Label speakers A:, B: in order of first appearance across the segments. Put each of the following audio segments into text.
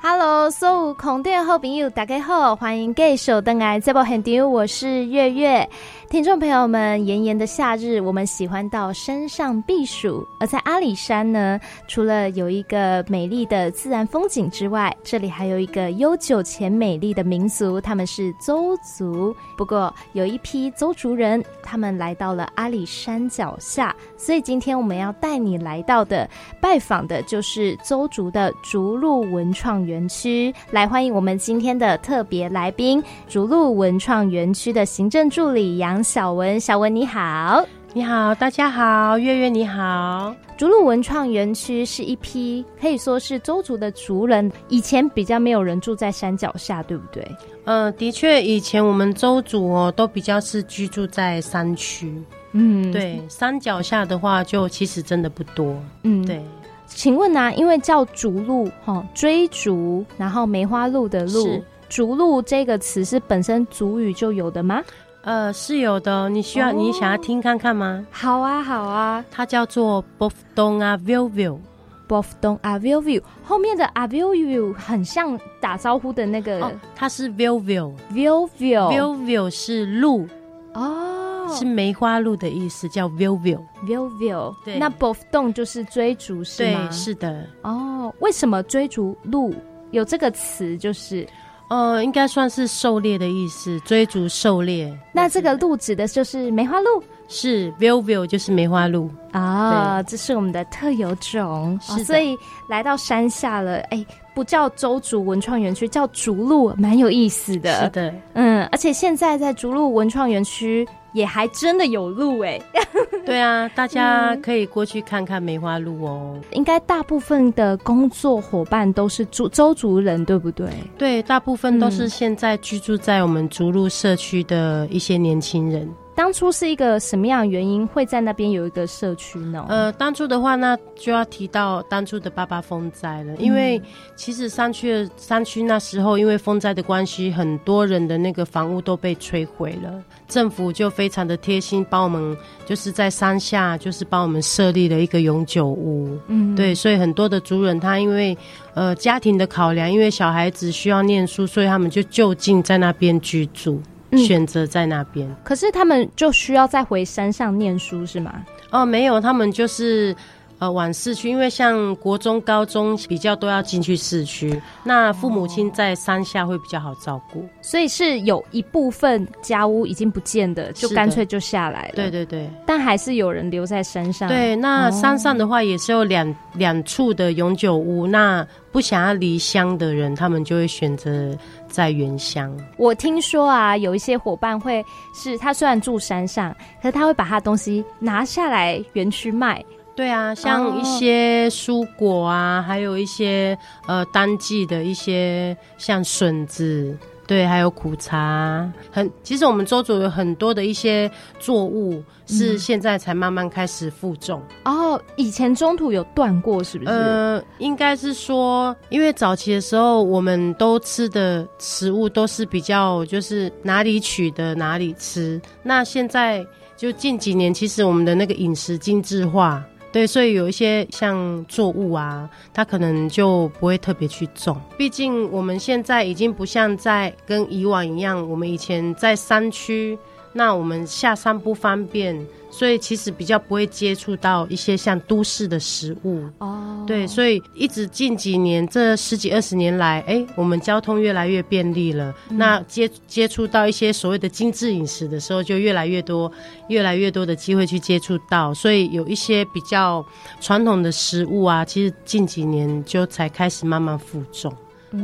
A: Hello，所有空中的好朋友，大家好，欢迎继续登来这部很丢，我是月月。听众朋友们，炎炎的夏日，我们喜欢到山上避暑，而在阿里山呢，除了有一个美丽的自然风景之外，这里还有一个悠久且美丽的民族，他们是邹族。不过有一批邹族人，他们来到了阿里山脚下，所以今天我们要带你来到的拜访的就是邹族的竹鹿文创园区，来欢迎我们今天的特别来宾——竹鹿文创园区的行政助理杨小文。小文你好。
B: 你好，大家好，月月你好。
A: 竹鹿文创园区是一批可以说是周族的族人，以前比较没有人住在山脚下，对不对？
B: 嗯、的确，以前我们周族哦，都比较是居住在山区。
A: 嗯，，
B: 对，山脚下的话，就其实真的不多。
A: 嗯。
B: 对，
A: 请问呢、啊因为叫竹鹿哈、哦追逐，然后梅花鹿的鹿
B: 是，
A: 竹鹿这个词是本身族语就有的吗？
B: 呃，是有的哦。你需要，
A: 哦
B: 你想要听看看吗？
A: 好啊，好啊，
B: 它叫做 b o f d o n g a v i l v i l
A: both don't I will you 后面的 I will you 很像打招呼的那
B: 哦
A: 个，
B: 它是 v i l v i l
A: will
B: v i
A: will
B: l v i l 是鹿，
A: 哦
B: 是梅花鹿的意思，叫 v i l v i l
A: will will
B: 对
A: 那 both don't 就是追逐是
B: 对
A: 吗？，
B: 是的。
A: 哦，为什么追逐鹿有这个词？就是
B: 呃，应该算是狩猎的意思，追逐狩猎。
A: 那这个鹿指的就是梅花鹿
B: 是 v i l v i l 就是梅花鹿。
A: 啊、这是我们的特有种，哦
B: 是的
A: 所以来到山下了，哎，不叫周竹文创园区，叫竹鹿，蛮有意思的。
B: 是的，
A: 嗯，而且现在在竹鹿文创园区也还真的有鹿哎、
B: 对啊，大
A: 嗯
B: 家可以过去看看梅花鹿哦。
A: 应该大部分的工作伙伴都是族周族人，对不对？
B: 对，大部分都是
A: 嗯
B: 现在居住在我们竹鹿社区的一些年轻人。
A: 当初是一个什么样的原因会在那边有一个社区呢？
B: 呃，当初的话，那就要提到当初的八八风灾了，因为
A: 嗯
B: 其实山区的山区那时候因为风灾的关系，很多人的那个房屋都被摧毁了，政府就非常的贴心，帮我们就是在山下就是帮我们设立了一个永久屋。
A: 嗯，
B: 对，所以很多的族人他因为呃家庭的考量，因为小孩子需要念书，所以他们就就近在那边居住，
A: 嗯
B: 选择在那边。
A: 可是他们就需要再回山上念书是吗？
B: 哦，没有，他们就是。呃，往市区，因为像国中、高中比较都要进去市区，那父母
A: 哦
B: 亲在山下会比较好照顾。
A: 所以是有一部分家屋已经不见的，就是
B: 的
A: 干脆就下来了。
B: 对，对对
A: 但还是有人留在山上。，
B: 对，那山上的话也是有两两处的永久屋，那不想要离乡的人，他们就会选择在原乡。
A: 我听说啊，有一些伙伴会是他虽然住山上，可是他会把他的东西拿下来园区卖。
B: 对啊，像一些蔬果啊，还有一些呃单季的一些像笋子，对，还有苦茶，很其实我们周族有很多的一些作物是现在才慢慢开始复种。
A: 哦，以前中途有断过，是不是？
B: 呃，应该是说，因为早期的时候我们都吃的食物都是比较就是哪里取的哪里吃，那现在就近几年，其实我们的那个饮食精致化。对，所以有一些像作物啊，它可能就不会特别去种。毕竟我们现在已经不像在跟以往一样，我们以前在山区，那我们下山不方便，所以其实比较不会接触到一些像都市的食物。
A: 哦，
B: 对，所以一直近几年这十几二十年来，哎，我们交通越来越便利了，那接接触到一些所谓的精致饮食的时候，就越来越多、越来越多的机会去接触到，所以有一些比较传统的食物啊，其实近几年就才开始慢慢负重，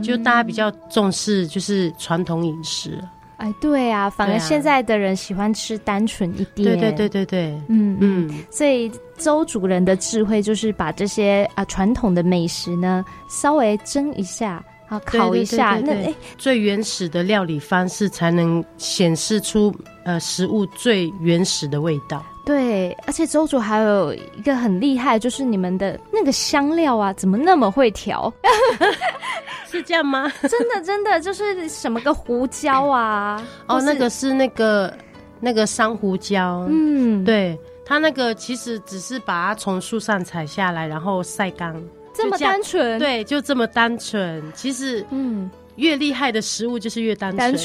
B: 就大家比较重视就是传统饮食。
A: 哎，对啊，反而
B: 对啊
A: 现在的人喜欢吃单纯一点。
B: 对对对，对对，
A: 嗯嗯。
B: 嗯。
A: 所以周主人的智慧就是把这些啊传统的美食呢，稍微蒸一下啊，
B: 对
A: 烤一下，
B: 对对对
A: 那哎
B: 最原始的料理方式，才能显示出呃食物最原始的味道。
A: 对，而且周主还有一个很厉害，就是你们的那个香料啊，怎么那么会 调？
B: 是这样吗？
A: 真的真的就是什么个胡椒啊，
B: 哦，
A: 或是
B: 那个是那个那个珊瑚礁，
A: 嗯，
B: 对。它那个其实只是把它从树上采下来，然后晒干，
A: 这么单纯，，
B: 对，就这么单纯。其实
A: 嗯，
B: 越厉害的食物就是越单纯。
A: 单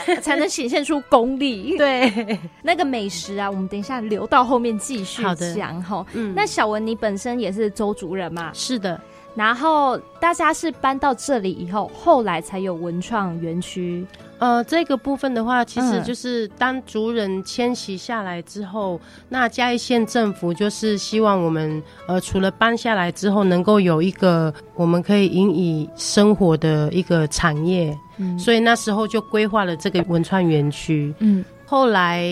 A: 纯才能显现出功力。
B: 对，
A: 那个美食啊，我们等一下留到后面继续
B: 好的
A: 讲哈。
B: 嗯
A: 那小文，你本身也是周族人嘛？
B: 是的，
A: 然后大家是搬到这里以后，后来才有文创园区。
B: 呃，这个部分的话，其实
A: 嗯
B: 就是当族人迁徙下来之后，那嘉义县政府就是希望我们呃，除了搬下来之后，能够有一个我们可以引以生活的一个产业，
A: 嗯
B: 所以那时候就规划了这个文创园区。
A: 嗯
B: 后来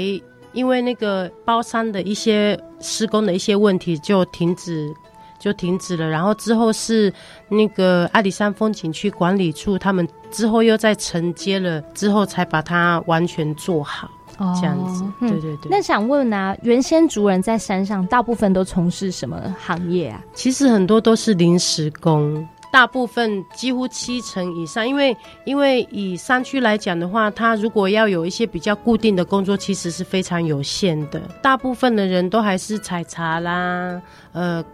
B: 因为那个包山的一些施工的一些问题，就停止。就停止了，然后之后是那个阿里山风景区管理处，他们之后又再承接了，之后才把它完全做好，
A: 哦
B: 这样子。
A: 嗯
B: 对对对。
A: 那想问啊，原先族人在山上大部分都从事什么行业啊？
B: 其实很多都是临时工，大部分几乎七成以上，因为因为以山区来讲的话，它如果要有一些比较固定的工作，其实是非常有限的。大部分的人都还是采茶啦，呃。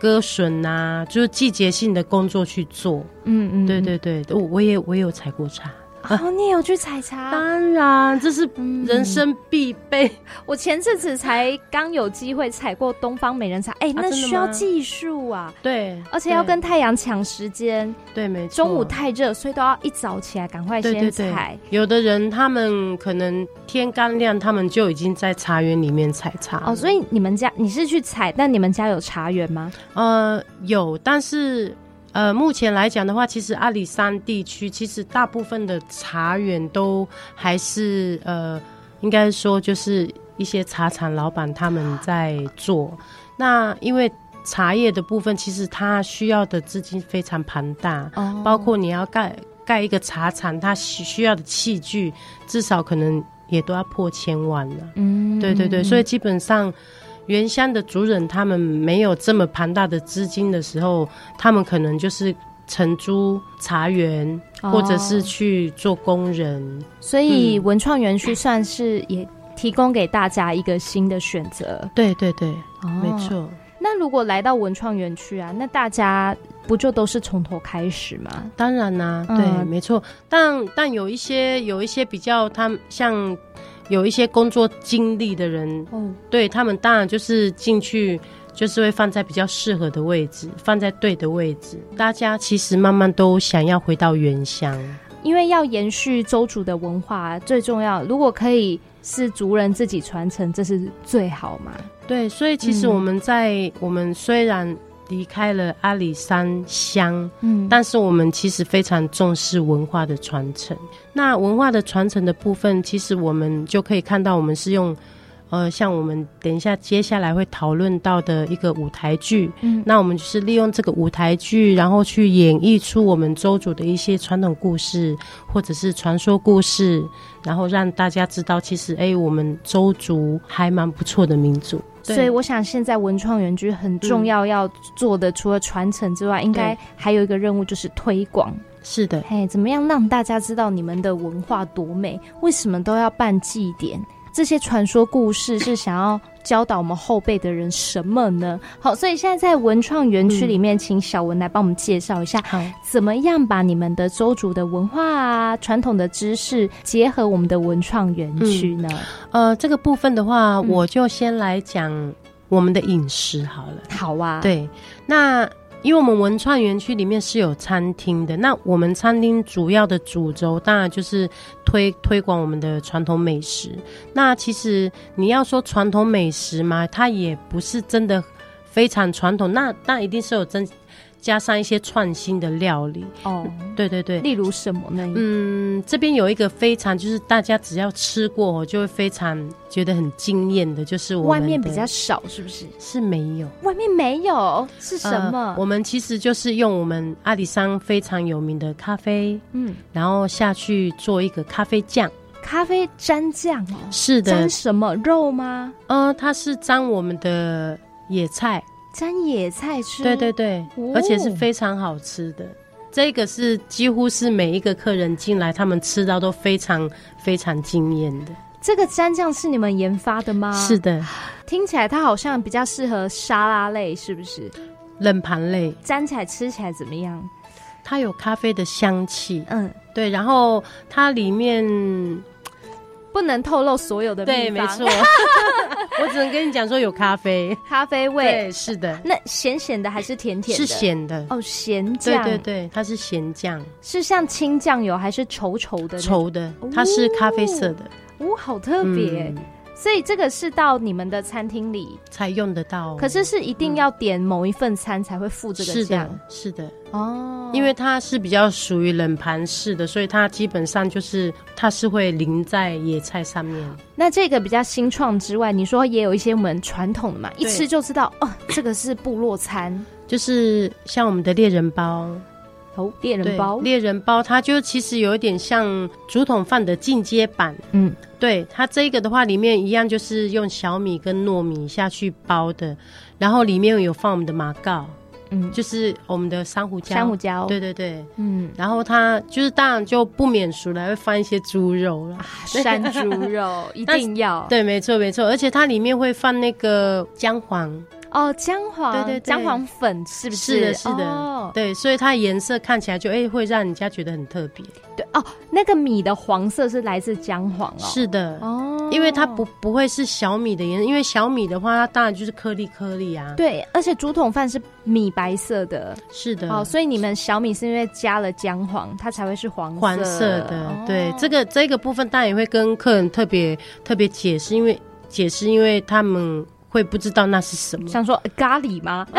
B: 割笋呐、就是季节性的工作去做。
A: 嗯嗯，
B: 对对对，我我也我也有采过茶，
A: 嗯。哦，你也有去采茶？
B: 啊
A: 嗯
B: 当然这是人生必备。
A: 我前阵子才刚有机会采过东方美人茶，哎、那
B: 啊真的吗
A: 需要技术啊，
B: 对，
A: 而且要
B: 对
A: 跟太阳抢时间，
B: 对没错。
A: 中午太热，所以都要一早起来赶快
B: 嗯对
A: 先
B: 对
A: 采。
B: 对有的人他们可能天刚亮，他们就已经在茶园里面采茶
A: 哦，所
B: 以
A: 以你们家你是去采，但你们家有茶园吗？
B: 呃有，但是呃目前来讲的话，其实阿里山地区其实大部分的茶园都还是呃应该说就是一些茶厂老板他们在做，那因为。茶叶的部分，其实它需要的资金非常庞大，
A: 哦
B: 包括你要盖盖一个茶厂，它需需要的器具至少可能也都要破千万了。
A: 嗯
B: 对对对，所
A: 以
B: 以基本上原乡的族人他们没有这么庞大的资金的时候，他们可能就是承租茶园，或者是去做工人。
A: 哦所以
B: 嗯
A: 文创园区算是也提供给大家一个新的选择。
B: 对对对，
A: 哦
B: 嗯没。错。
A: 那如果来到文创园区啊，那大家不就都是从头开始吗？
B: 当然啦、
A: 嗯
B: 对，没错。但但有一些有一些比较，他们像有一些工作经历的人，
A: 哦，
B: 对他们当然就是进去，就是会放在比较适合的位置，放在对的位置。大家其实慢慢都想要回到原乡，
A: 因为要延续周族的文化啊、最重要。如果可以是族人自己传承，这是最好嘛。
B: 对，所以其实
A: 嗯
B: 我们在、我们虽然离开了阿里山乡，
A: 嗯
B: 但是我们其实非常重视文化的传承。那文化的传承的部分，其实我们就可以看到，我们是用。呃，像我们等一下接下来会讨论到的一个舞台剧，
A: 嗯
B: 那我们就是利用这个舞台剧，然后去演绎出我们周族的一些传统故事，或者是传说故事，然后让大家知道，其实哎、我们周族还蛮不错的民族。对嗯
A: 所以我想，现在文创园区很重要要做的，除了传承之外，应该还有一个任务就是推广。
B: 是的，
A: 嘿，怎么样让大家知道你们的文化多美？为什么都要办祭典？这些传说故事是想要教导我们后辈的人什么呢？好，所以现在在文创园区里面，
B: 嗯
A: 请小文来帮我们介绍一下，
B: 好，
A: 怎么样把你们的周族的文化啊、传统的知识结合我们的文创园区呢？
B: 呃，这个部分的话，
A: 嗯
B: 我就先来讲我们的饮食好了。
A: 好啊，，
B: 对，那因为我们文创园区里面是有餐厅的，那我们餐厅主要的主轴当然就是推推广我们的传统美食。那其实你要说传统美食嘛，它也不是真的非常传统，那那一定是有增加上一些创新的料理。
A: 哦，
B: 对对对，
A: 例如什么呢？
B: 嗯，这边有一个非常就是大家只要吃过哦就会非常觉得很惊艳的，就是我
A: 外
B: 们
A: 面
B: 的
A: 比较少，是不是？
B: 是没有。
A: 外面没有是什
B: 呃
A: 么？
B: 我们其实就是用我们阿里山非常有名的咖啡，
A: 嗯，
B: 然后下去做一个咖啡酱。
A: 咖啡蘸酱哦，
B: 是的
A: 蘸，什么肉吗？
B: 呃，它是沾我们的野菜，
A: 蘸野菜吃？
B: 对对，对，
A: 哦
B: 而且是非常好吃的。这个是几乎是每一个客人进来，他们吃到都非常非常惊艳的。
A: 这个蘸酱是你们研发的吗？
B: 是，的，
A: 听起来它好像比较适合沙拉类，是不是？
B: 冷盘类，
A: 沾起来吃起来怎么样？
B: 它有咖啡的香气，
A: 嗯，
B: 对，然后它里面
A: 不能透露所有的秘
B: 对，没
A: 方
B: 错， 我只能跟你讲说有咖啡，
A: 咖啡味
B: 对，，是的，
A: 那咸咸的还是甜甜
B: 是
A: 的？
B: 咸的，
A: 哦，咸
B: 对
A: 酱，
B: 对对，它是咸酱，
A: 是像清酱油还是稠稠的那种？
B: 稠的，它是咖啡色的，
A: 哦，好特别、
B: 嗯
A: 所以这个是到你们的餐厅里，
B: 才用得到哦。
A: 可是是一定要点某一份餐才会附这个
B: 是
A: 酱
B: 的，是的，
A: 哦，
B: 因为它是比较属于冷盘式的，所以它基本上就是它是会淋在野菜上面。
A: 那这个比较新创之外，你说也有一些我们传统的嘛，一
B: 对
A: 吃就知道哦，这个是部落餐
B: 就是像我们的猎人包，
A: 哦，猎人
B: 对
A: 包，
B: 猎人包它就其实有一点像竹筒饭的进阶版。
A: 嗯，
B: 对它这个的话，里面一样就是用小米跟糯米下去包的，然后里面有放我们的马告，
A: 嗯，
B: 就是我们的珊瑚礁。
A: 珊瑚礁，
B: 对对对，
A: 嗯，
B: 然后它就是当然就不免俗了，还会放一些猪肉
A: 啊
B: 啦。
A: 山猪 肉一
B: 但
A: 定要，
B: 对，没错没错，而且它里面会放那个姜黄，
A: 哦，姜黄，
B: 对对对
A: 姜黄粉是不
B: 是的是的
A: 哦，
B: 对，所以它颜色看起来就哎、会让人家觉得很特别。
A: 对哦，那个米的黄色是来自姜黄哦，
B: 是的，
A: 哦，
B: 因为它不不会是小米的颜色，因为小米的话，它当然就是颗粒颗粒啊。，
A: 对，而且竹筒饭是米白色的
B: 是的。
A: 哦，所以你们小米是因为加了姜黄，它才会是黄色
B: 黄色的，
A: 哦
B: 对这个这个部分当然也会跟客人特别特别解释，因为解释，因为他们会不知道那是什么，
A: 想说呃咖喱吗？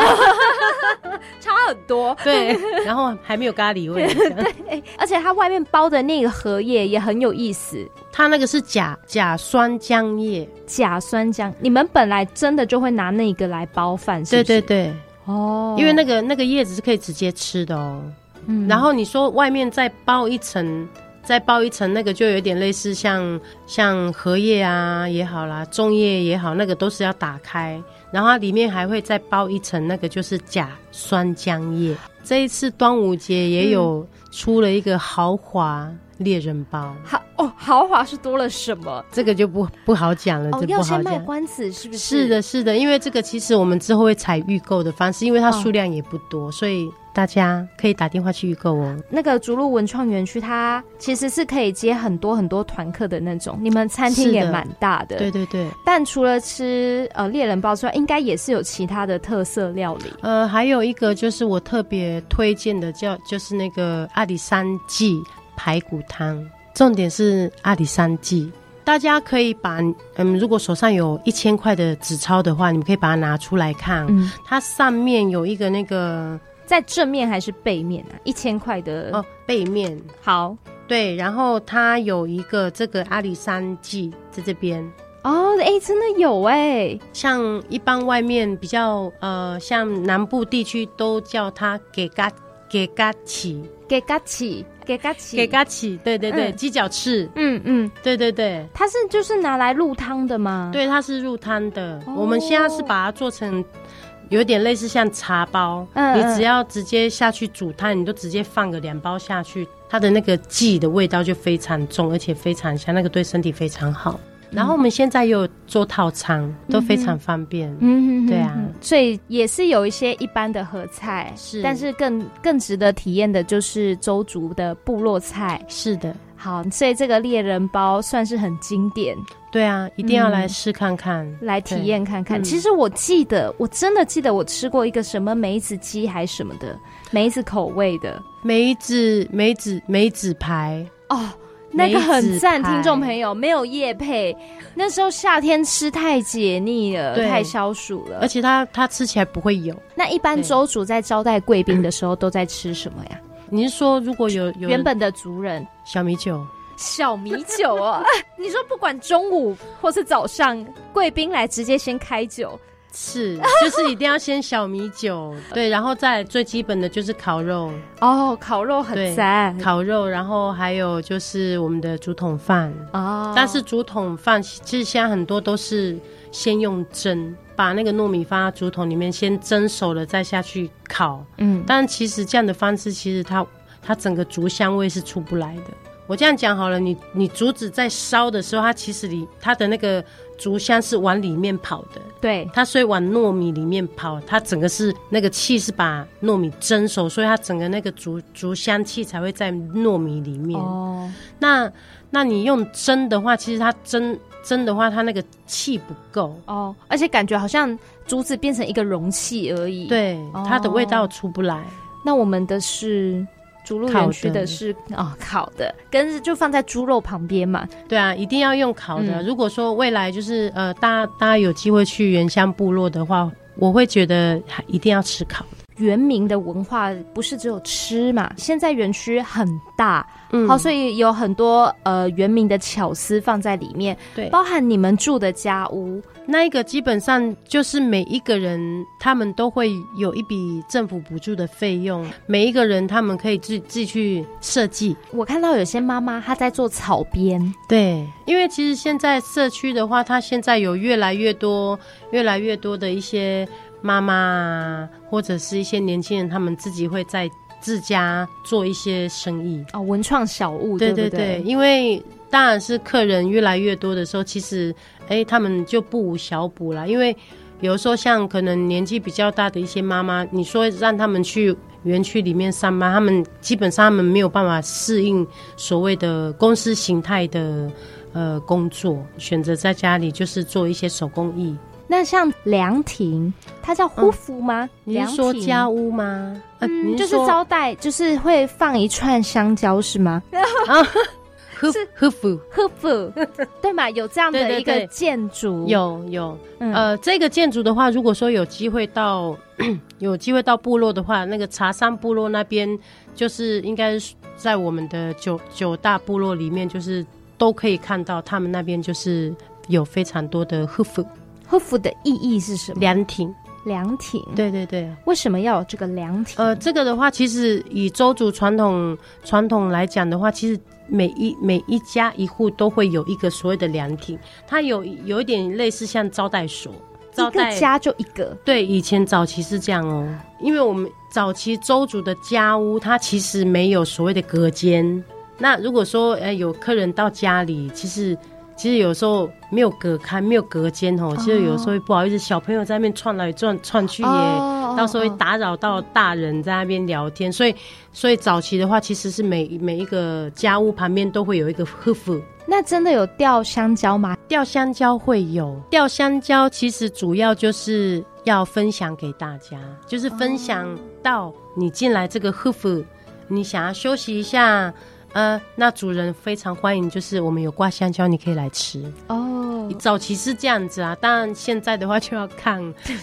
A: 差很多。
B: 对， 然后还没有咖 喱味，这样
A: 哎，而且它外面包的那个荷叶也很有意思，
B: 它那个是假假酸浆液，
A: 甲酸姜。你们本来真的就会拿那个来包饭，是
B: 对
A: 不是
B: 对对，
A: 哦，
B: 因为那个那个叶子是可以直接吃的哦。
A: 嗯
B: 然后你说外面再包一层，再包一层，那个就有点类似像像荷叶啊也好啦，粽叶也好，那个都是要打开，然后它里面还会再包一层，那个就是假酸浆叶。这一次端午节
A: 嗯
B: 也有出了一个豪华猎人包，
A: 豪哦豪华是多了什么？
B: 这个就不不好讲了，
A: 哦
B: 这，呃不
A: 要
B: 好
A: 先卖
B: 讲。
A: 关子是不是？
B: 是，的，是的，因为这个其实我们之后会采预购的方式，因为它
A: 哦
B: 数量也不多，所以大家可以打电话去预购哦。
A: 那个竹鹿文创园区它其实是可以接很多很多团客的那种，你们餐厅
B: 是的
A: 也蛮大的，
B: 对对对，
A: 但除了吃呃猎人包之外，应该也是有其他的特色料理。
B: 呃，还有一个就是我特别推荐的叫，就是那个阿里山记排骨汤，重点是阿里山记。大家可以把，嗯，如果手上有一千块的纸钞的话，你们可以把它拿出来看，
A: 嗯，
B: 它上面有一个那个
A: 在正面还是背面啊？一千块的
B: 哦背面，
A: 好
B: 对，然后它有一个这个阿里山记在这边，
A: 哦，哎、真的有哎、
B: 像一般外面比较呃，像南部地区都叫它给嘎给嘎起，
A: 给嘎起，给嘎起，
B: 给，嘎起，对对对，
A: 嗯
B: 鸡脚翅，
A: 嗯嗯，
B: 对对对。
A: 它是就是拿来入汤的吗？，
B: 对，它是入汤的。
A: 嗯哦
B: 我们现在是把它做成有点类似像茶包，
A: 嗯
B: 你
A: 嗯
B: 只要直接下去煮汤，你就直接放个两包下去，它的那个剂的味道就非常重，而且非常香，那个对身体非常好。
A: 嗯
B: 然后我们现在也有做套餐，都非常方便。
A: 嗯，嗯
B: 对啊，
A: 嗯所以也是有一些一般的合菜，
B: 是
A: 但是更更值得体验的就是周族的部落菜。
B: 是的，
A: 好，所以这个猎人包算是很经典，
B: 对啊，一定要来
A: 嗯
B: 试看看。
A: 来体验看看。
B: 嗯
A: 其实我记得，我真的记得我吃过一个什么梅子鸡还是什么的，梅子口味的
B: 梅子梅子梅子牌，
A: 哦。那个很赞，
B: 梅子派
A: 听众朋友没有叶 配，那时候夏天吃太解腻了，
B: 对
A: 太消暑
B: 而
A: 了。
B: 且它它吃起来不会油。
A: 那一般
B: 对
A: 州主在招待贵宾的时候都在吃什么呀？
B: 你是说如果有有人
A: 原本的族人
B: 小米酒？
A: 小米酒 哦，你说不管中午或是早上，贵宾来直接先开酒，
B: 是，就是一定要先小米 酒，对，然后再来最基本的就是烤肉，
A: 哦，烤肉很
B: 对
A: 赞
B: 烤肉，然后还有就是我们的竹筒饭，
A: 哦，
B: 但是竹筒饭其实现在很多都是先用蒸，把那个糯米放到竹筒里面先蒸熟了再下去烤，
A: 嗯，
B: 但其实这样的方式其实它它整个竹香味是出不来的。我这样讲好了，你你竹子在烧的时候，它其实里它的那个竹香是往里面跑的，
A: 对，
B: 它所以往糯米里面跑，它整个是那个气是把糯米蒸熟，所以它整个那个竹竹香气才会在糯米里面。
A: 哦，
B: 那那你用蒸的话，其实它蒸蒸的话，它那个气不够，
A: 哦，而且感觉好像竹子变成一个容器而已。，
B: 对，它的味道
A: 哦
B: 出不来。
A: 那我们的是竹鹿园区
B: 烤的
A: 的是哦烤的，跟就放在猪肉旁边嘛。
B: 对啊，一定要用烤的。
A: 嗯
B: 如果说未来就是呃，大家大家有机会去原乡部落的话，我会觉得还一定要吃烤的。
A: 原民的文化不是只有吃嘛，现在园区很大，
B: 嗯
A: 好，所以有很多呃原民的巧思放在里面，
B: 对，
A: 包含你们住的家屋，
B: 那一个基本上就是每一个人他们都会有一笔政府补助的费用，每一个人他们可以自自己去设计。
A: 我看到有些妈妈她在做草编，
B: 对，因为其实现在社区的话，它现在有越来越多、越来越多的一些妈妈啊，或者是一些年轻人，他们自己会在自家做一些生意。
A: 哦，文创小物，
B: 对
A: 不对
B: 对对，因为当然是客人越来越多的时候，其实哎，他们就不无小补啦。因为有时候像可能年纪比较大的一些妈妈，你说让他们去园区里面上班，他们基本上他们没有办法适应所谓的公司形态的。呃，工作选择在家里就是做一些手工艺。
A: 那像凉亭，它叫护肤吗？
B: 嗯你
A: 凉
B: 是说
A: 亭
B: 家屋吗？呃
A: 嗯，
B: 你
A: 就是
B: 说
A: 招待，就是会放一串香蕉是吗？
B: 呵
A: 是
B: 呵服
A: 呵不，对嘛？有这样
B: 对
A: 的
B: 对
A: 一个
B: 对
A: 建筑，
B: 有有，
A: 嗯
B: 呃，这个建筑的话，如果说有机会到 有机会到部落的话，那个茶山部落那边就是应该是在我们的九九大部落里面，就是都可以看到他们那边就是有非常多的呵服
A: 呵服的意义是什么？
B: 凉亭。
A: 凉亭，
B: 对对对，
A: 为什么要有这个凉亭？
B: 呃，这个的话，其实以周族传统传统来讲的话，其实每一每一家一户都会有一个所谓的凉亭，它有有一点类似像招待所。招
A: 一
B: 待
A: 个家就一个，
B: 对，以前早期是这样哦，因为我们早期周族的家屋，它其实没有所谓的隔间。那如果说呃有客人到家里，其实其实有时候没有隔开，没有隔间哦，其实有时候会不好意思，小朋友在那边窜来窜窜去也。
A: 哦
B: 到时候会
A: 哦
B: 打扰到大人在那边聊天，所以所以早期的话，其实是每每一个家屋旁边都会有一个呵护。
A: 那真的有掉香蕉吗？
B: 吊香蕉会有，吊香蕉其实主要就是要分享给大家，就是分享到你进来这个 h o 你想要休息一下，呃，那主人非常欢迎，就是我们有挂香蕉，你可以来吃。
A: 哦，
B: 早期是这样子啊，当然现在的话就要看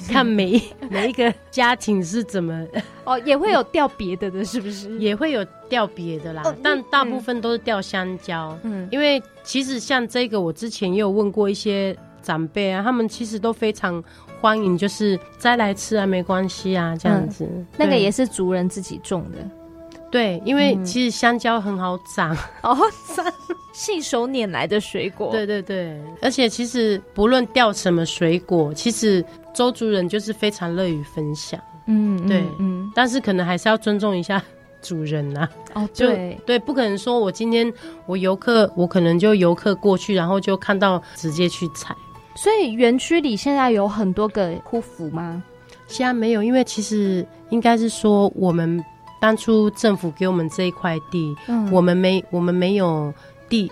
B: 看每一每一个家庭是怎么，
A: 哦，也会有掉别的的，是不是？
B: 也会有吊别的啦
A: 哦，
B: 但大部分都是吊香蕉。
A: 嗯，
B: 因为其实像这个，我之前也有问过一些长辈啊，他们其实都非常欢迎，就是摘来吃啊，没关系啊，这样子。
A: 嗯那个
B: 对
A: 也是族人自己种的。
B: 对，因为
A: 嗯
B: 其实香蕉很好长，
A: 哦，信手拈来的水果。
B: 对对对，而且其实不论掉什么水果，其实周族人就是非常乐于分享，
A: 嗯，嗯，
B: 对
A: 嗯，
B: 但是可能还是要尊重一下主人啊。
A: 哦，
B: 就
A: 对，
B: 对，不可能说我今天我游客，我可能就游客过去，然后就看到直接去采。
A: 所以园区里现在有很多个护肤吗？
B: 现在没有，因为其实应该是说我们当初政府给我们这一块地，
A: 嗯
B: 我们没我们没有地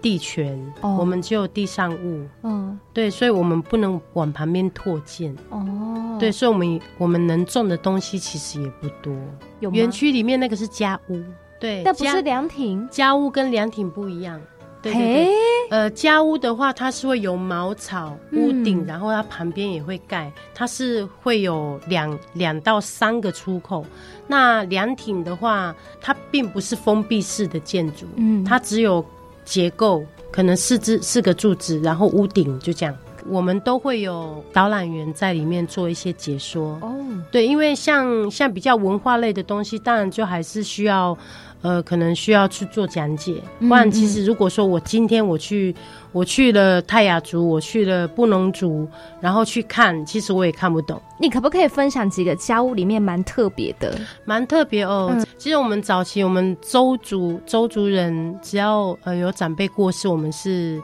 B: 地权，
A: 哦
B: 我们只有地上物，
A: 嗯，
B: 对，所以我们不能往旁边拓建，
A: 哦，
B: 对，，所以我们我们能种的东西其实也不多。
A: 有吗
B: 园，区里面那个是家屋，对，
A: 但不是
B: 家
A: 凉亭。
B: 家屋跟凉亭不一样。对对
A: 嘿
B: 对，，呃，家屋的话，它是会有茅草屋顶，
A: 嗯
B: 然后它旁边也会盖，它是会有两两到三个出口。那凉亭的话，它并不是封闭式的建筑，
A: 嗯，
B: 它只有结构，可能四至四个柱子，然后屋顶就这样。我们都会有导览员在里面做一些解说。
A: 哦，
B: 对，因为像像比较文化类的东西，当然就还是需要呃，可能需要去做讲解。不然，其实如果说我今天我去，我去了泰雅族，我去了布农族，然后去看，其实我也看不懂，
A: 你可不可以分享几个家务里面蛮特别的？
B: 蛮特别哦。
A: 嗯
B: 其实我们早期我们周族周族人，只要呃有长辈过世，我们是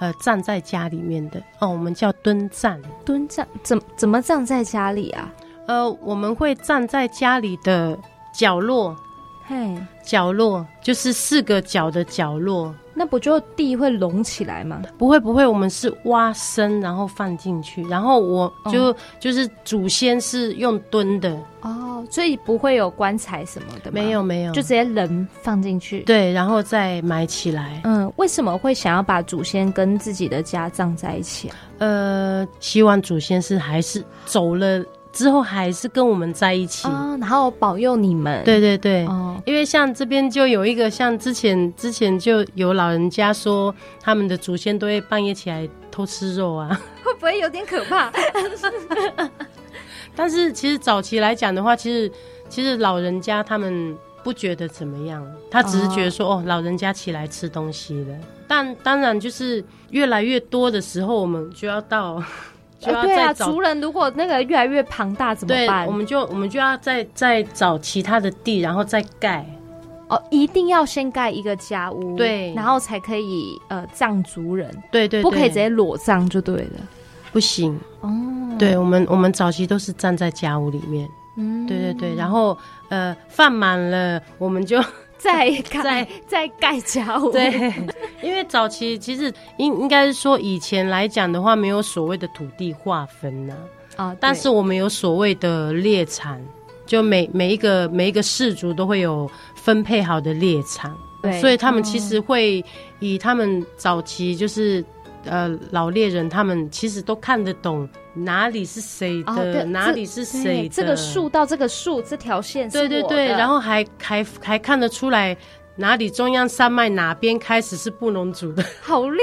B: 呃站在家里面的哦，我们叫蹲站。
A: 蹲站怎怎么站在家里啊？
B: 呃，我们会站在家里的角落，
A: 嘿，
B: 角落就是四个角的角落。
A: 那不就地会隆起来吗？
B: 不会不会，我们是挖深然后放进去，然后我就、就是祖先是用蹲的，
A: 哦，所以不会有棺材什么的吗，
B: 没有没有，
A: 就直接人放进去。
B: 对，然后再埋起来。
A: 嗯，为什么会想要把祖先跟自己的家葬在一起啊？
B: 呃，希望祖先是还是走了之后还是跟我们在一起。
A: 啊然后保佑你们。
B: 对对对，
A: 哦，
B: 因为像这边就有一个，像之前之前就有老人家说，他们的祖先都会半夜起来偷吃肉啊。
A: 会不会有点可怕？
B: 但是其实早期来讲的话，其实其实老人家他们不觉得怎么样，他只是觉得说哦老人家起来吃东西了。但当然就是越来越多的时候，我们就要到 就要
A: 对啊，
B: 再找。
A: 族人如果那个越来越庞大怎么
B: 对，
A: 办
B: 我？们就我们就要再再找其他的地，然后再盖。
A: 哦，一定要先盖一个家屋，
B: 对
A: 然后才可以呃葬族人，
B: 对对对
A: 不可以直接裸葬就对了。
B: 不行。
A: 哦，
B: 嗯对我们我们早期都是站在家屋里面。
A: 嗯
B: 对对对，然后呃饭满了，我们就
A: 再盖
B: 再
A: 再盖家屋，
B: 对，因为早期其实应应该是说以前来讲的话，没有所谓的土地划分呐、
A: 啊，对
B: 但是我们有所谓的猎场，就每每一个每一个氏族都会有分配好的猎场，
A: 对
B: 所以他们其
A: 哦
B: 实会以他们早期就是。呃，老猎人他们其实都看得懂哪里是谁的，
A: 哦对
B: 哪里是谁
A: 对
B: 的。
A: 这个树到这个树这条线是
B: 对对
A: 我
B: 对，
A: 的
B: 然后还还还看得出来哪里中央山脉哪边开始是布农族的，
A: 好厉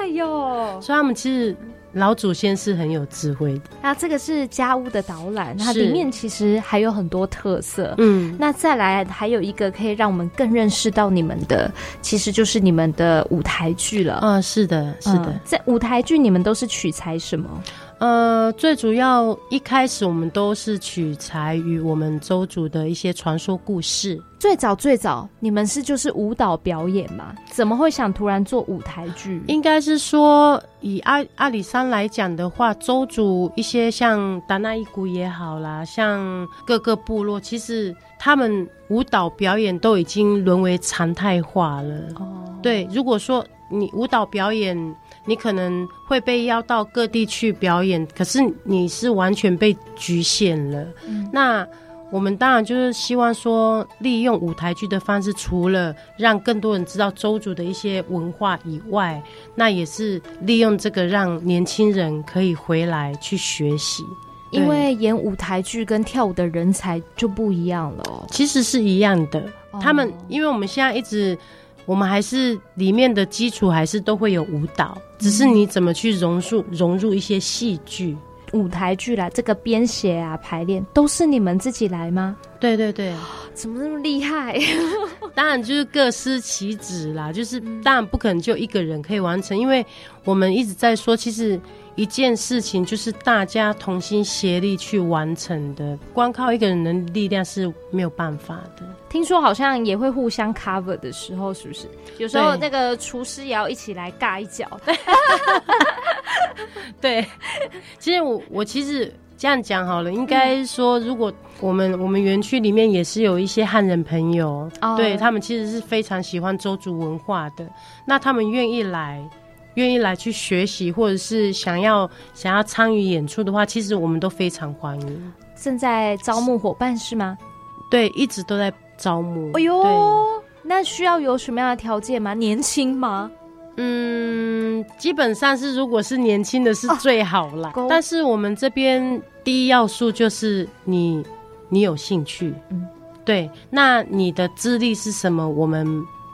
A: 害哟！
B: 所以他们其实老祖先是很有智慧的。
A: 那这个是家屋的导览，它
B: 是
A: 里面其实还有很多特色。
B: 嗯，
A: 那再来还有一个可以让我们更认识到你们的，其实就是你们的舞台剧了。
B: 啊、是的，是的
A: 嗯，在舞台剧你们都是取材什么？
B: 呃，最主要一开始我们都是取材于我们周族的一些传说故事。
A: 最早最早，你们是就是舞蹈表演吗？怎么会想突然做舞台剧？
B: 应该是说，以阿阿里山来讲的话，周族一些像达那伊谷也好啦，像各个部落，其实他们舞蹈表演都已经沦为常态化了。
A: 哦，
B: 对，如果说你舞蹈表演，你可能会被邀到各地去表演，可是你是完全被局限了。
A: 嗯
B: 那我们当然就是希望说，利用舞台剧的方式，除了让更多人知道周族的一些文化以外，那也是利用这个让年轻人可以回来去学习。
A: 因为演舞台剧跟跳舞的人才就不一样了哦、
B: 其实是一样的，
A: 哦
B: 他们因为我们现在一直，我们还是里面的基础还是都会有舞蹈，只是你怎么去融入融入一些戏剧。
A: 舞台剧啦，这个编写啊、排练都是你们自己来吗？
B: 对对对，
A: 怎么那么厉害？
B: 当然就是各司其职啦，就是当然不可能就一个人可以完成，因为我们一直在说，其实一件事情就是大家同心协力去完成的，光靠一个人的力量是没有办法的。
A: 听说好像也会互相 cover 的时候，是不是？有时候那
B: 对
A: 个厨师也要一起来尬一脚。
B: 对，其实我我其实这样讲好了，应该说，如果我们我们园区里面也是有一些汉人朋友，
A: 哦
B: 对他们其实是非常喜欢周族文化的，那他们愿意来。愿意来去学习，或者是想要想要参与演出的话，其实我们都非常欢迎。
A: 正在招募伙伴是吗？
B: 对，一直都在招募。
A: 哎呦
B: 对，
A: 那需要有什么样的条件吗？年轻吗？
B: 嗯，基本上是如果是年轻的是最好啦。
A: 够
B: 但是我们这边第一要素就是你，你有兴趣，
A: 嗯
B: 嗯，对。那你的资历是什么？我们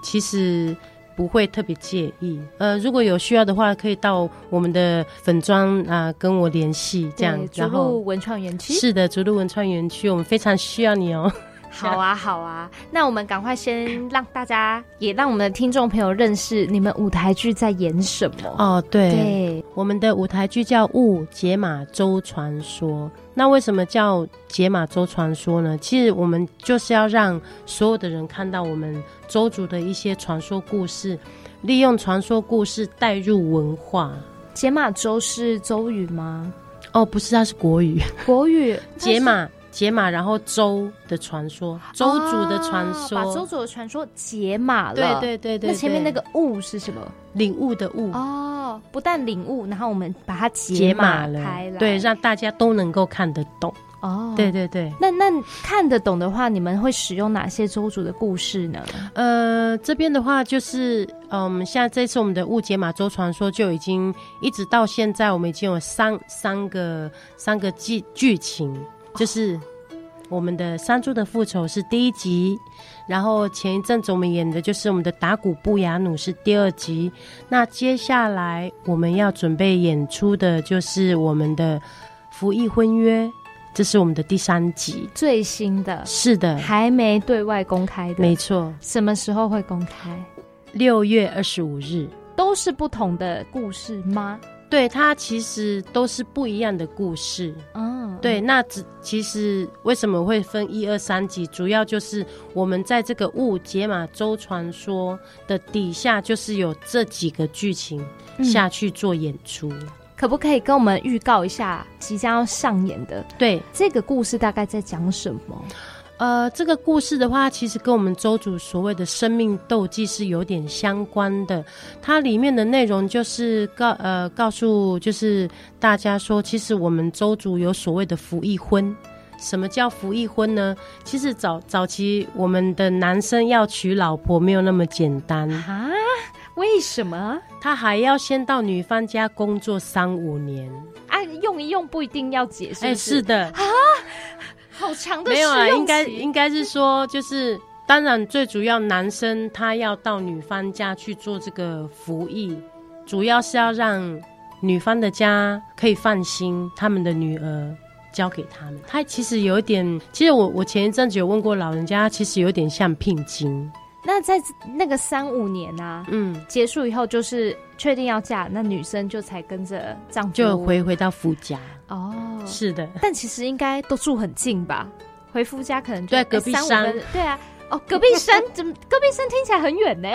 B: 其实不会特别介意。呃，如果有需要的话，可以到我们的粉砖啊、跟我联系，这样
A: 对。
B: 然
A: 逐
B: 后
A: 鹿文创园区。
B: 是的，竹鹿文创园区，我们非常需要你哦。
A: 好啊，好啊，那我们赶快先让大家，也让我们的听众朋友认识你们舞台剧在演什么。
B: 哦，对，
A: 对，
B: 我们的舞台剧叫《雾解码周传说》。那为什么叫解码周传说呢？其实我们就是要让所有的人看到我们周族的一些传说故事，利用传说故事带入文化。
A: 解码周是周语吗？
B: 哦，不是，它是国语。
A: 国语
B: 解码解码，然后周的传说，周族的传说。
A: 啊哦把周族的传说解码
B: 对
A: 了。
B: 对对对
A: 那前面那
B: 对
A: 个悟是什么？
B: 领悟的悟。
A: 哦，不但领悟，然后我们把它
B: 解
A: 码
B: 码
A: 开
B: 了，
A: 来。
B: 对，让大家都能够看得懂。
A: 哦，
B: 对。对对，
A: 那那看得懂的话，你们会使用哪些周族的故事呢？
B: 呃，这边的话就是，嗯、我们现在这次我们的误解马周传说就已经一直到现在，我们已经有三三个三个剧剧情，就是我们的山猪的复仇是第一集，然后前一阵子我们演的就是我们的打鼓布雅努是第二集，那接下来我们要准备演出的就是我们的服役婚约，这是我们的第三集，
A: 最新的
B: 是的，
A: 还没对外公开的，
B: 嗯没错，
A: 什么时候会公开？
B: 六月二十五日。
A: 都是不同的故事吗？
B: 对，它其实都是不一样的故事。
A: 嗯，
B: 对，那只其实为什么会分一二三集，主要就是我们在这个《误解码周传说》的底下，就是有这几个剧情
A: 嗯
B: 下去做演出。
A: 可不可以跟我们预告一下即将要上演的
B: 对，
A: 这个故事大概在讲什么？
B: 呃，这个故事的话，其实跟我们周主所谓的生命斗技是有点相关的。它里面的内容就是告呃告诉就是大家说，其实我们周族有所谓的服役婚。什么叫服役婚呢？其实早早期我们的男生要娶老婆没有那么简单，
A: 啊？为什么？
B: 他还要先到女方家工作三五年。
A: 啊，用一用不一定要解释，
B: 哎、是的，
A: 好长的
B: 没有啊，
A: 试用
B: 应该
A: 期
B: 应该是说，就是当然最主要男生他要到女方家去做这个服役，主要是要让女方的家可以放心他们的女儿。交给他们，他其实有点，其实我我前一阵子有问过老人家，他其实有点像聘金，
A: 那在那个三五年啊，
B: 嗯，
A: 结束以后就是确定要嫁，那女生就才跟着丈夫
B: 就回回到夫家，
A: 哦。
B: 是的，
A: 但其实应该都住很近吧？回夫家可能就
B: 对隔壁
A: 哎三五
B: 山
A: 分对啊。 哦，隔壁山怎么？隔壁山听起来很远呢、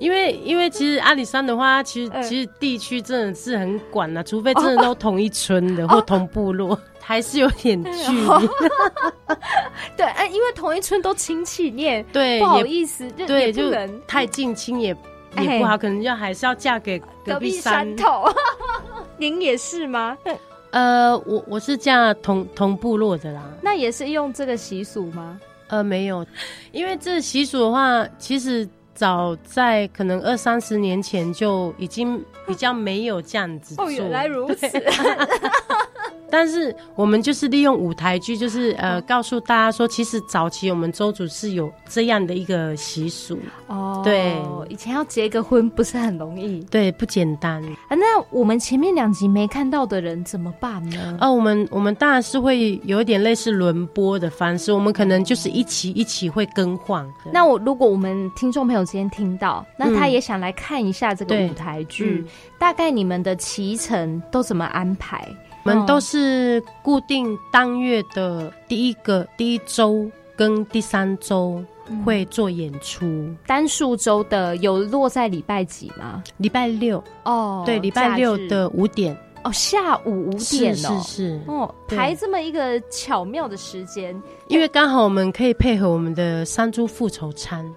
B: 因为因为其实阿里山的话，其实、
A: 嗯
B: 其实地区真的是很广啊，除非真的都同一村
A: 哦
B: 的、或同部落，还是有点距 离。
A: 对，哎、因为同一村都亲戚，你也
B: 对，
A: 不好
B: 也
A: 意思，就
B: 对
A: 也不
B: 就
A: 能
B: 太近亲也
A: 哎
B: 也不好，可能要还是要嫁给隔
A: 隔
B: 壁
A: 壁
B: 山
A: 山。头。 您也是吗？
B: 呃，我我是嫁同同部落的啦。
A: 那也是用这个习俗吗？
B: 呃，没有，因为这习俗的话，其实早在可能二三十年前就已经比较没有这样子做。
A: 哦，原来如此。
B: 但是我们就是利用舞台剧，就是呃，告诉大家说，其实早期我们周主是有这样的一个习俗，
A: 哦，
B: 对
A: 以前要结个婚不是很容易
B: 对，不简单。
A: 啊。那我们前面两集没看到的人怎么办呢？
B: 哦，我们我们当然是会有一点类似轮播的方式，我们可能就是一期一期会更换。
A: 那我如果我们听众朋友今天听到，那他
B: 嗯
A: 也想来看一下这个
B: 对
A: 舞台剧，
B: 嗯，
A: 大概你们的骑程都怎么安排？
B: 我们都
A: 嗯
B: 是固定当月的第一个第一周跟第三周
A: 嗯
B: 会做演出，
A: 单数周的有落在礼拜几吗？
B: 礼拜六
A: 哦，
B: 对，礼拜六
A: 假日
B: 的五点，
A: 哦，下午五点
B: 是
A: 哦
B: 是。是，
A: 哦，
B: 对
A: 排这么一个巧妙的时间，
B: 因为刚好我们可以配合我们的山猪复仇餐。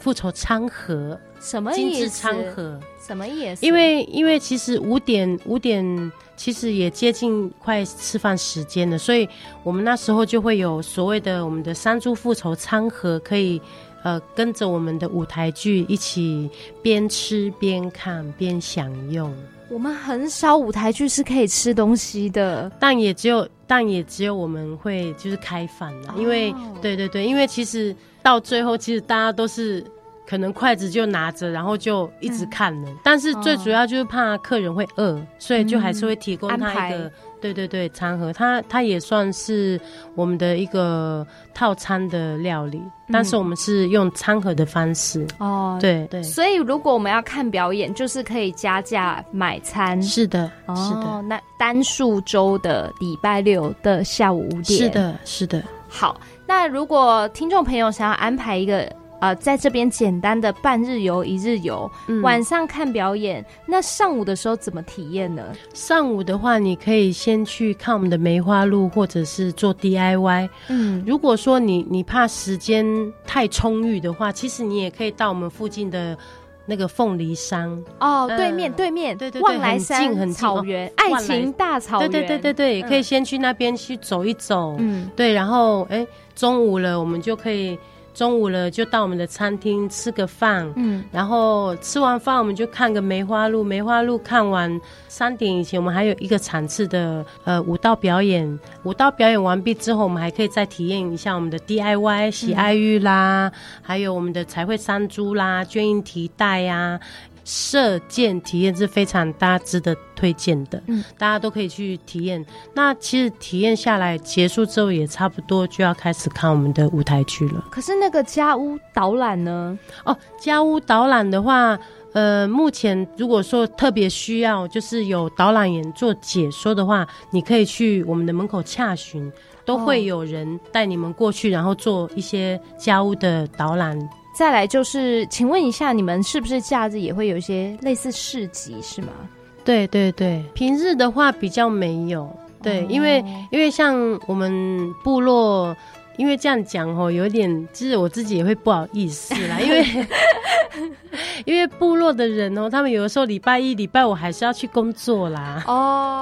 B: 复仇餐盒，
A: 什么
B: 精
A: 意
B: 致
A: 思？
B: 餐盒，
A: 什么意思？
B: 因为因为其实五点五点其实也接近快吃饭时间了，所以我们那时候就会有所谓的我们的山猪复仇餐盒，可以呃跟着我们的舞台剧一起边吃边看边享用，
A: 我们很少舞台剧是可以吃东西的，
B: 但也只有但也只有我们会就是开饭了，因为
A: 哦
B: 对对对，因为其实到最后，其实大家都是可能筷子就拿着，然后就
A: 嗯哦
B: 一直看了。但是最主要就是怕客人会饿，所以就还是会提供
A: 嗯安
B: 他
A: 排
B: 一个对对对，餐盒它它也算是我们的一个套餐的料理，但是我们是用餐盒的方式。
A: 嗯哦，
B: 对对，
A: 所以如果我们要看表演，就是可以加价买餐。
B: 是的，是
A: 哦
B: 的，，
A: 那单数周的礼拜六的下午五点。
B: 是。的，是的。
A: 好，那如果听众朋友想要安排一个呃，在这边简单的半日游、一日游，
B: 嗯
A: 晚上看表演，那上午的时候怎么体验呢？
B: 上午的话，你可以先去看我们的梅花鹿，或者是做 DIY。
A: 嗯，
B: 如果说你你怕时间太充裕的话，其实你也可以到我们附近的那个凤梨山。
A: 哦，
B: 嗯
A: 对面对面，
B: 对对对
A: 望来
B: 很
A: 山
B: 近很近
A: 草
B: 哦
A: 原，
B: 望
A: 爱
B: 来
A: 情大草
B: 对
A: 原，
B: 对对对，对，也可以先去那边去走一走。
A: 嗯，
B: 对，然后哎，中午了，我们就可以中午了就到我们的餐厅吃个饭。
A: 嗯，
B: 然后吃完饭，我们就看个梅花鹿。梅花鹿看完三点以前，我们还有一个场次的呃舞蹈表演。舞蹈表演完毕之后，我们还可以再体验一下我们的 DIY 喜爱玉啦，还有我们的彩绘山猪啦、绢印提袋呀、射箭体验是非常大家值得推荐的，
A: 嗯
B: 大家都可以去体验。那其实体验下来结束之后，也差不多就要开始看我们的舞台剧了。
A: 可是那个家屋导览呢？
B: 哦，家屋导览的话，呃，目前如果说特别需要，就是有导览员做解说的话，你可以去我们的门口洽询，都
A: 哦
B: 会有人带你们过去，然后做一些家屋的导览。
A: 再来就是，请问一下，你们是不是假日也会有一些类似市集是吗？
B: 对对对，哦平日的话比较没有，对，
A: 哦
B: 因为 因为像我们部落。因为这样讲哦，有点，就是我自己也会不好意思啦。因为 因为部落的人哦，他们有的时候礼拜一、礼拜五还是要去工作啦。
A: 哦，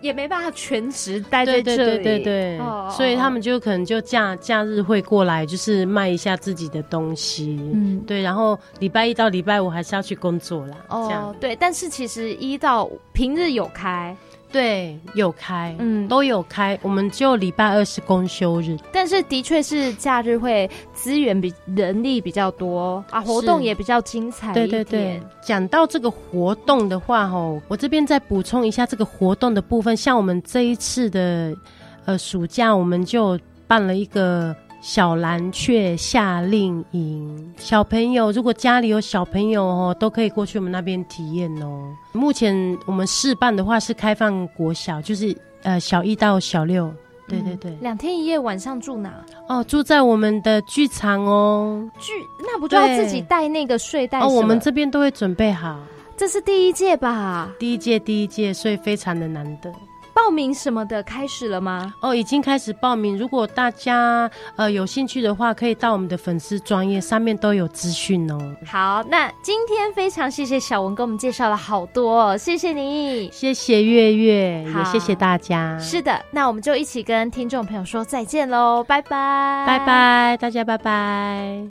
A: 对，也没办法全职待在
B: 对
A: 这
B: 对
A: 里，
B: 对对对
A: 哦，
B: 所以他们就可能就假假日会过来，就是卖一下自己的东西。
A: 嗯。
B: 对，然后礼拜一到礼拜五还是要去工作啦。这样
A: 哦，对，但是其实一到五平日有开，
B: 对，有开，
A: 嗯，
B: 都有开，我们就礼拜二是公休日。
A: 但是的确是假日会资源比人力比较多啊，活动也比较精彩
B: 对
A: 一
B: 对
A: 点。
B: 对，讲到这个活动的话，吼，我这边再补充一下这个活动的部分。像我们这一次的呃暑假，我们就办了一个小蓝雀夏令营，小朋友如果家里有小朋友哦，都可以过去我们那边体验哦。目前我们试办的话是开放国小，就是呃小一到小六。对对对
A: 嗯，两天一夜晚上住哪？
B: 哦，住在我们的剧场哦，
A: 剧那不就要自己带那个睡袋什
B: 哦，
A: 么？
B: 我们这边都会准备好。
A: 这是第一届吧？
B: 第一届，第一届，所以非常的难得。
A: 报名什么的开始了吗？
B: 哦，已经开始报名。如果大家呃有兴趣的话，可以到我们的粉丝专业上面都有资讯哦。
A: 好，那今天非常谢谢小文给我们介绍了好多、哦，谢谢你。
B: 谢谢月月，
A: 好
B: 也谢谢大家。
A: 是的，那我们就一起跟听众朋友说再见喽，拜拜，
B: 拜。拜，大家拜拜。